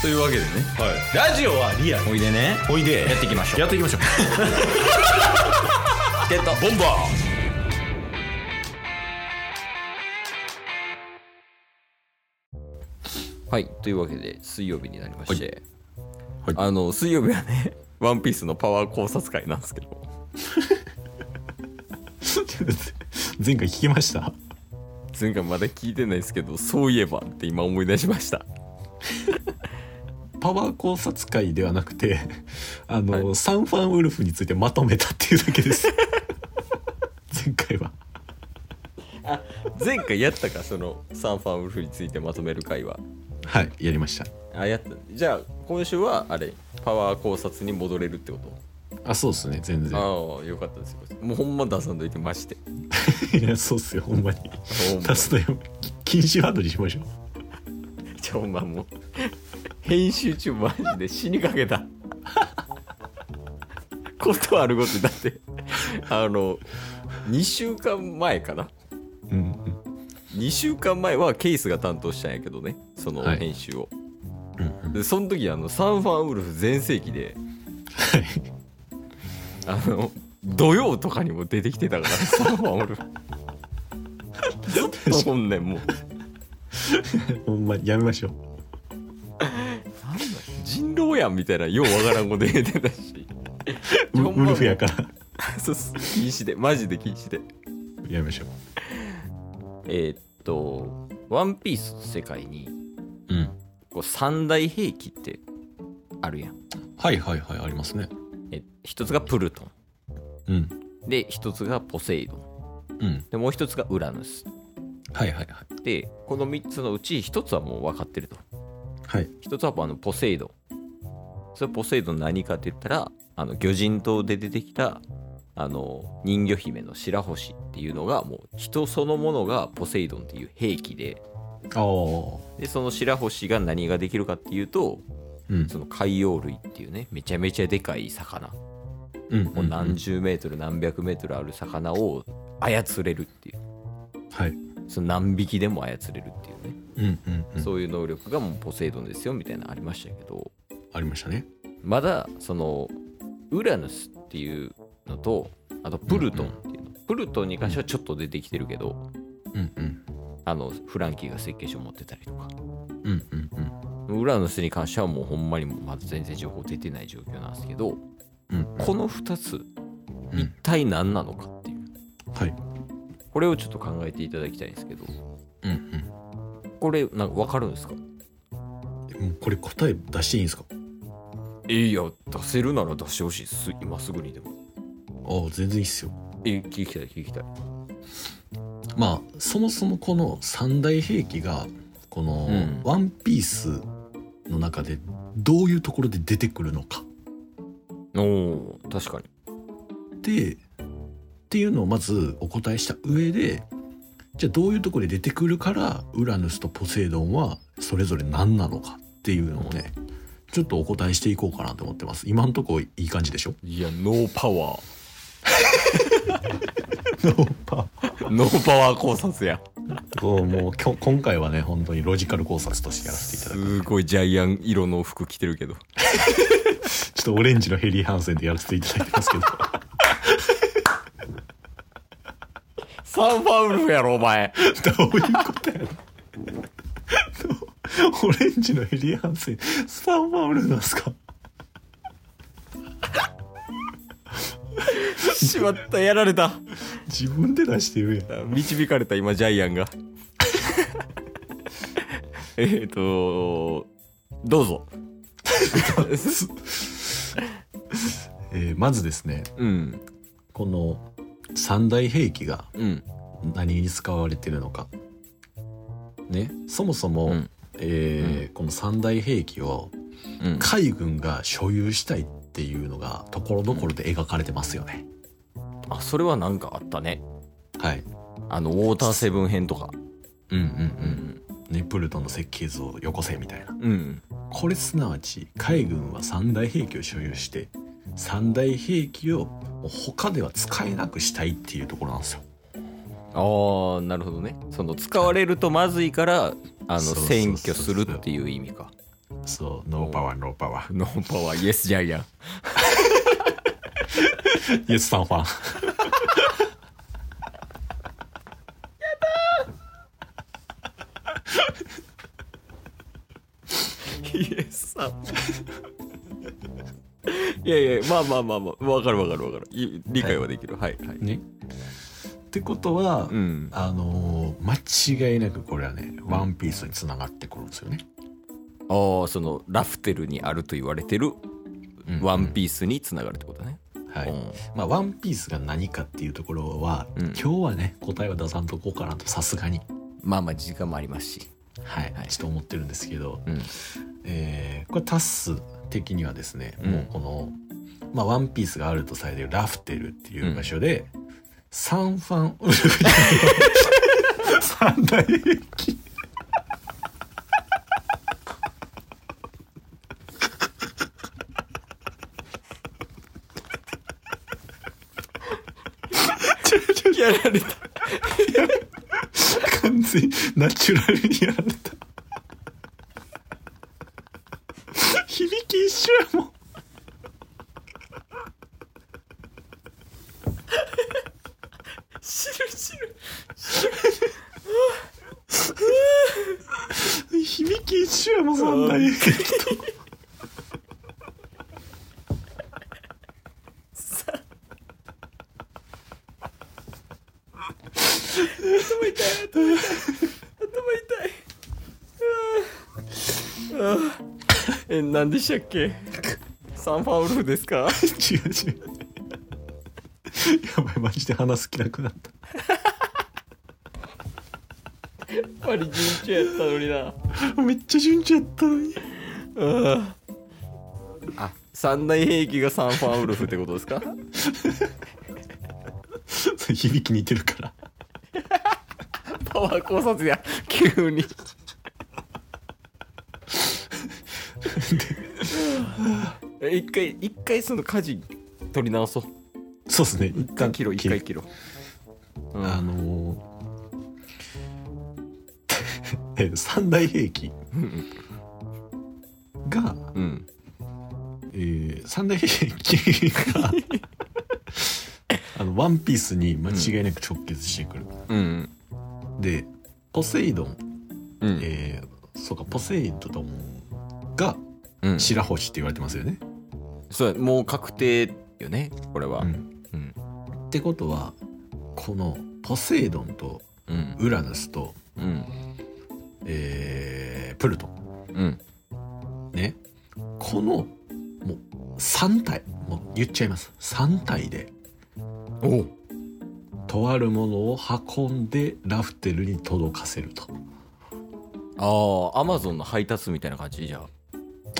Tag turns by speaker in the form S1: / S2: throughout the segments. S1: というわけでね
S2: はい、ラジオはリアル
S1: おいでね
S2: おいで
S1: やっていきましょう
S2: やっていきましょう
S1: ゲット
S2: ボンバ
S1: はいというわけで水曜日になりまして、
S2: はいは
S1: あの水曜日はね 「ワンピースのパワー考察会なんですけど
S2: ー前回聞きました
S1: 前回まだ聞いてないですけどそういえばって今思い出しました
S2: パワー考察会ではなくてあの、サンファンウルフについてまとめたっていうだけです 前回は
S1: 前回やったかそのサンファンウルフについてまとめる会は
S2: はいやりました
S1: あやったじゃあ今週はあれパワー考察に戻れるってこと
S2: あそうっすね全然
S1: ああよかったですよもうほんま出さんといてまして
S2: いやそうっすよほんまに
S1: ほんま
S2: 出すのよ禁止ワードにしましょう
S1: じゃあお前もう編集中マジで死にかけた ことあることだってあの2週間前かな
S2: うん
S1: 2週間前はケースが担当したんやけどねその
S2: はい
S1: 編集を、
S2: うんうん
S1: でその時あのサンファンウルフ全盛期で
S2: はい
S1: あの土曜とかにも出てきてたからサンファンウ ルフずっと本年もう
S2: ほんまにやめましょう
S1: 人狼やんみたいなようわからんこと言うてたし
S2: ウウルフやから
S1: そうっす禁止でマジで禁止で
S2: やめましょ
S1: えーっと「ワンピースの世界に
S2: ううん
S1: こう三大兵器ってあるやん
S2: はいはいはいありますね
S1: え一つがプルト
S2: うん
S1: ンで一つがポセイドン
S2: うん
S1: でもう一つがウラヌス
S2: はいはいはい
S1: でこの3つのうち1つはもう分かってると
S2: はい
S1: 1つはあのポセイドンそれポセイドン何かって言ったらあの魚人島で出てきたあの人魚姫の白星っていうのがもう人そのものがポセイドンっていう兵器で
S2: ああ
S1: でその白星が何ができるかっていうと
S2: うん
S1: その海洋類っていうねめちゃめちゃでかい魚
S2: うん
S1: もう何十メートル何百メートルある魚を操れるっていう
S2: はい
S1: その何匹でも操れるっていうね
S2: うんうんうん
S1: そういう能力がもうポセイドンですよみたいなのありましたけど
S2: ありましたね
S1: まだそのウラヌスっていうのとあとプルトンっていうの、プルトンに関してはちょっと出てきてるけど、
S2: うんうん
S1: あのフランキーが設計書持ってたりとか
S2: うんうんうん
S1: ウラヌスに関してはもうほんまにもうまだ全然情報出てない状況なんですけど
S2: うん
S1: この2つ
S2: うん
S1: 一体何なのかっていう、
S2: はい
S1: これをちょっと考えていただきたいんですけど
S2: うんうん
S1: これなんか分かるんですか
S2: えもうこれ答え出していいんですか
S1: えいや出せるなら出してほしいです今すぐにでも
S2: ああ全然いいっすよ
S1: え聞きたい聞きたい
S2: まあそもそもこの三大兵器がこの
S1: うん
S2: 「ワンピースの中でどういうところで出てくるのか
S1: おー確かに
S2: でっていうのをまずお答えした上でじゃあどういうところで出てくるからウラヌスとポセイドンはそれぞれ何なのかっていうのをねちょっとお答えしていこうかなと思ってます今んとこいい感じでしょ
S1: いやノーパワー
S2: ノーパ
S1: ノーパワー考察や
S2: ーもうきょ今回はね本当にロジカル考察としてやらせていただく
S1: すごいジャイアン色の服着てるけど
S2: ちょっとオレンジのヘリーハンセンでやらせていただいてますけど
S1: サンファウルフやろお前
S2: どういうことやねんオレンジのヘリーハンセンスタンファウルなんすか
S1: しまったやられた
S2: 自分で出してるやん
S1: 導かれた今ジャイアンが えっとどうぞ
S2: えーまずですね
S1: うん
S2: この三大兵器が
S1: うん
S2: 何に使われてるのかねそもそうも、
S1: ん
S2: えーこの三大兵器を
S1: うん
S2: 海軍が所有したいっていうのがところどころで描かれてますよね、
S1: あそれはなんかあったね
S2: はい
S1: あのウォーターセブン編とか
S2: うんうんう
S1: うんん
S2: ネプルトンの設計図をよこせみたいな
S1: うん
S2: これすなわち海軍は三大兵器を所有して三大兵器をもう他では使えなくしたいっていうところなんですよ
S1: ああなるほどねその使われるとまずいからあの
S2: そうそうそうそう
S1: 占拠するっていう意味か
S2: そうノーパワーノーパワ
S1: ノーパ ワーイエスジャイアン
S2: ー イエスサンファン
S1: イエスさんいやいやまあまあまあまあわかるわかるわかるい理解はできるはいはい、
S2: ねってことは、
S1: うん
S2: あのー間違いなくこれはね「ワンピースにつながってくるんですよね。
S1: ああそのラフテルにあると言われてるワンピースにつながるってことね、
S2: は
S1: う
S2: い
S1: ん
S2: まあ、ワンピースが何かっていうところは、
S1: うん
S2: 今日はね答えは出さんとこうかなとさすがに、
S1: まあまあ時間もありますし
S2: はい
S1: はい
S2: ちょっと思ってるんですけど、
S1: うん
S2: えーこれタッス的にはですね、
S1: うん
S2: もうこの、まあ、ワンピースがあるとされているラフテルっていう場所で、サンファンウルフィンの三大 駅
S1: やられた
S2: 完全にナチュラルにやられた響き一緒やもん
S1: 知る知る
S2: 響き一緒やもん三大駅
S1: 頭痛い頭痛い頭痛いあーあーえ何でしたっけ サンファウルフですか
S2: 違う違うやばいマジで話す気なくなった
S1: やっぱり順調やったのにな
S2: めっちゃ順調やったのに
S1: あーあ三大兵器がサンファウルフってことです か
S2: それ響き似てるから
S1: パワー考察や急にえ一回一回その家事取り直そう
S2: そうですね一
S1: 一
S2: 旦
S1: 回切ろう一回切ろう、うん
S2: あのー え三大兵器
S1: うん
S2: が、
S1: うん
S2: えー三大兵器があのワンピースに間違いなく直結してくる、
S1: うん
S2: でポセイドン、
S1: うん
S2: えーそうかポセイドンが
S1: うん
S2: 白星って言われてますよね、
S1: そうもう確定よねこれは
S2: う
S1: うん
S2: ん
S1: うん
S2: ってことはこのポセイドンと
S1: うん
S2: ウラヌスと、
S1: うん
S2: えープルトン
S1: うん
S2: ねこのもう3体もう言っちゃいます3体で
S1: お
S2: とあるものを運んでラフテルに届かせると
S1: ああアマゾンの配達みたいな感じじゃあ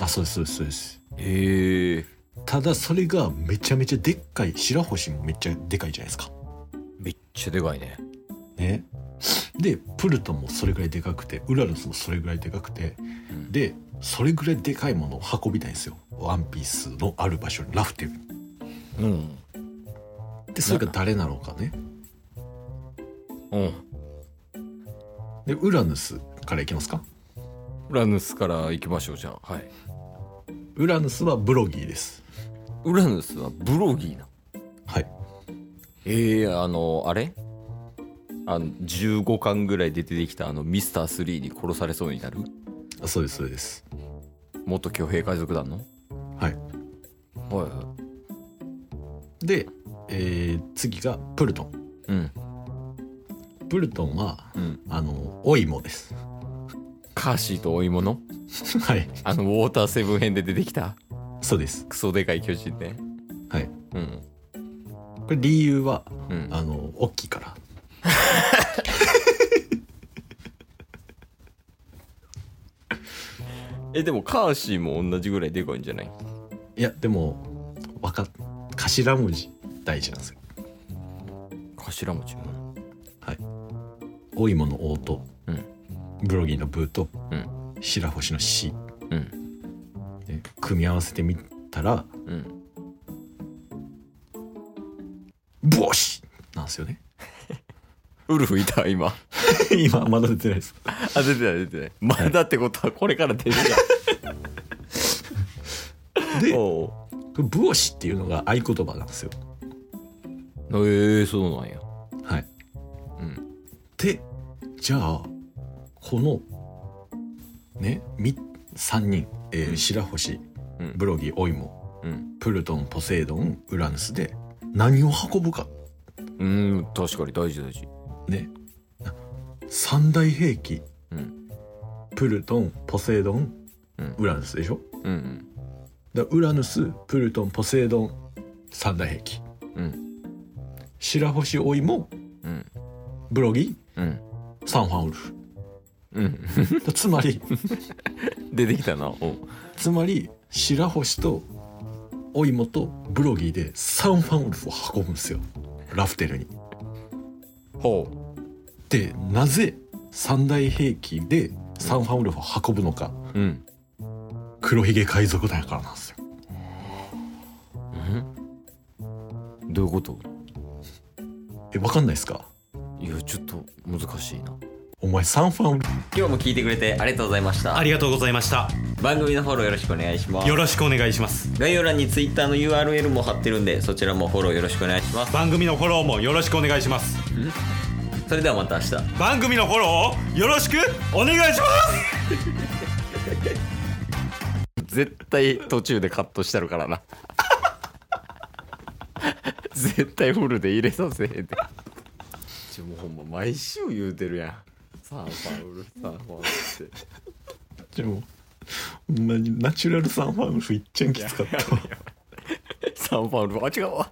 S2: あそうですそうですそうです
S1: へえ
S2: ただそれがめちゃめちゃでっかい白星もめっちゃでかいじゃないですか
S1: めっちゃでかいね
S2: ねでプルトンもそれぐらいでかくてウラヌスもそれぐらいでかくて
S1: うん
S2: でそれぐらいでかいものを運びたいんですよワンピースのある場所にラフテルに
S1: うん
S2: でそれが誰なのかね
S1: うん
S2: でウラヌスからいきますか
S1: ウラヌスから行きましょうじゃあはい
S2: ウラヌスはブロギーです
S1: ウラヌスはブロギーな
S2: はい
S1: ええあのあれあの15巻ぐらい出てきたあのミスター3に殺されそうになる
S2: あそうですそうです
S1: 元挙兵海賊団の
S2: はい
S1: はいは
S2: で、えー次がプルトン
S1: いうん
S2: プルトンは
S1: うん
S2: あのお芋です
S1: カーシーとお芋の
S2: はい
S1: あのウォーターセブン編で出てきた
S2: そうです
S1: クソでかい巨人ね
S2: はい
S1: うん
S2: これ理由は
S1: うん
S2: あの大きいから
S1: えでもカーシーも同じぐらいでかいんじゃない
S2: いやでもわかっ頭文字大事なんですよ
S1: 頭文字うん
S2: はいお芋の「お」と
S1: うん
S2: ブロギーの「ブ」と
S1: うん
S2: 白星の「し
S1: うん」
S2: で組み合わせてみたら
S1: うん
S2: 「ボシ!」なんですよね
S1: ウルフいた今
S2: 今まだ出てないです
S1: あ出てない出てないまだってことはこれから出るじゃん
S2: で
S1: おう
S2: ブオシっていうのが合言葉なんですよ。
S1: ええそうなんや。
S2: はい、
S1: うん。
S2: でじゃあこのねみ3人、えー
S1: うん
S2: 白星
S1: うん
S2: ブロギーオイモ
S1: うん。
S2: プルトンポセイドンウラヌスで何を運ぶか
S1: うん、確かに大事大事。
S2: ね三大兵器
S1: うん。
S2: プルトンポセイドン
S1: うん
S2: ウラヌスでしょ
S1: うん
S2: だウラヌスプルトンポセイドン三大兵器
S1: うん。うん。
S2: 白星オイモ
S1: うん。
S2: ブロギ
S1: うん。
S2: ーサンファンウルフ
S1: うん。
S2: だ つまり
S1: 出てきたな。おう
S2: つまり白星とお芋とブロギーでサンファンウルフを運ぶんですよラフテルに。
S1: ほ
S2: でなぜ三大兵器でサンファンウルフを運ぶのか
S1: う。うん。
S2: 黒ひげ海賊団やからなんですよ。
S1: どういうこと
S2: えわかんないですか
S1: いや、ちょっと難しいな。
S2: お前サンファンウルフ
S1: 今日も聞いてくれてありがとうございました。
S3: ありがとうございました
S1: 番組のフォローよろしくお願いします
S3: よ。ろしくお願いします
S1: 概要欄に Twitter の URL も貼ってるんで、そちらもフォローよろしくお願いします。
S3: 番組のフォローもよろしくお願いします
S1: それではまた明日。
S3: 番組のフォローをよろしくお願いします
S1: 絶対途中でカットしてるからな 絶対フルで入れさせへんでちょもうほんま毎週言うてるやんサーファウルサーファウルって
S2: でもほんまにナチュラルサンファンウルフいっちゃんきつかったわ。
S1: サーファウルあ違うわ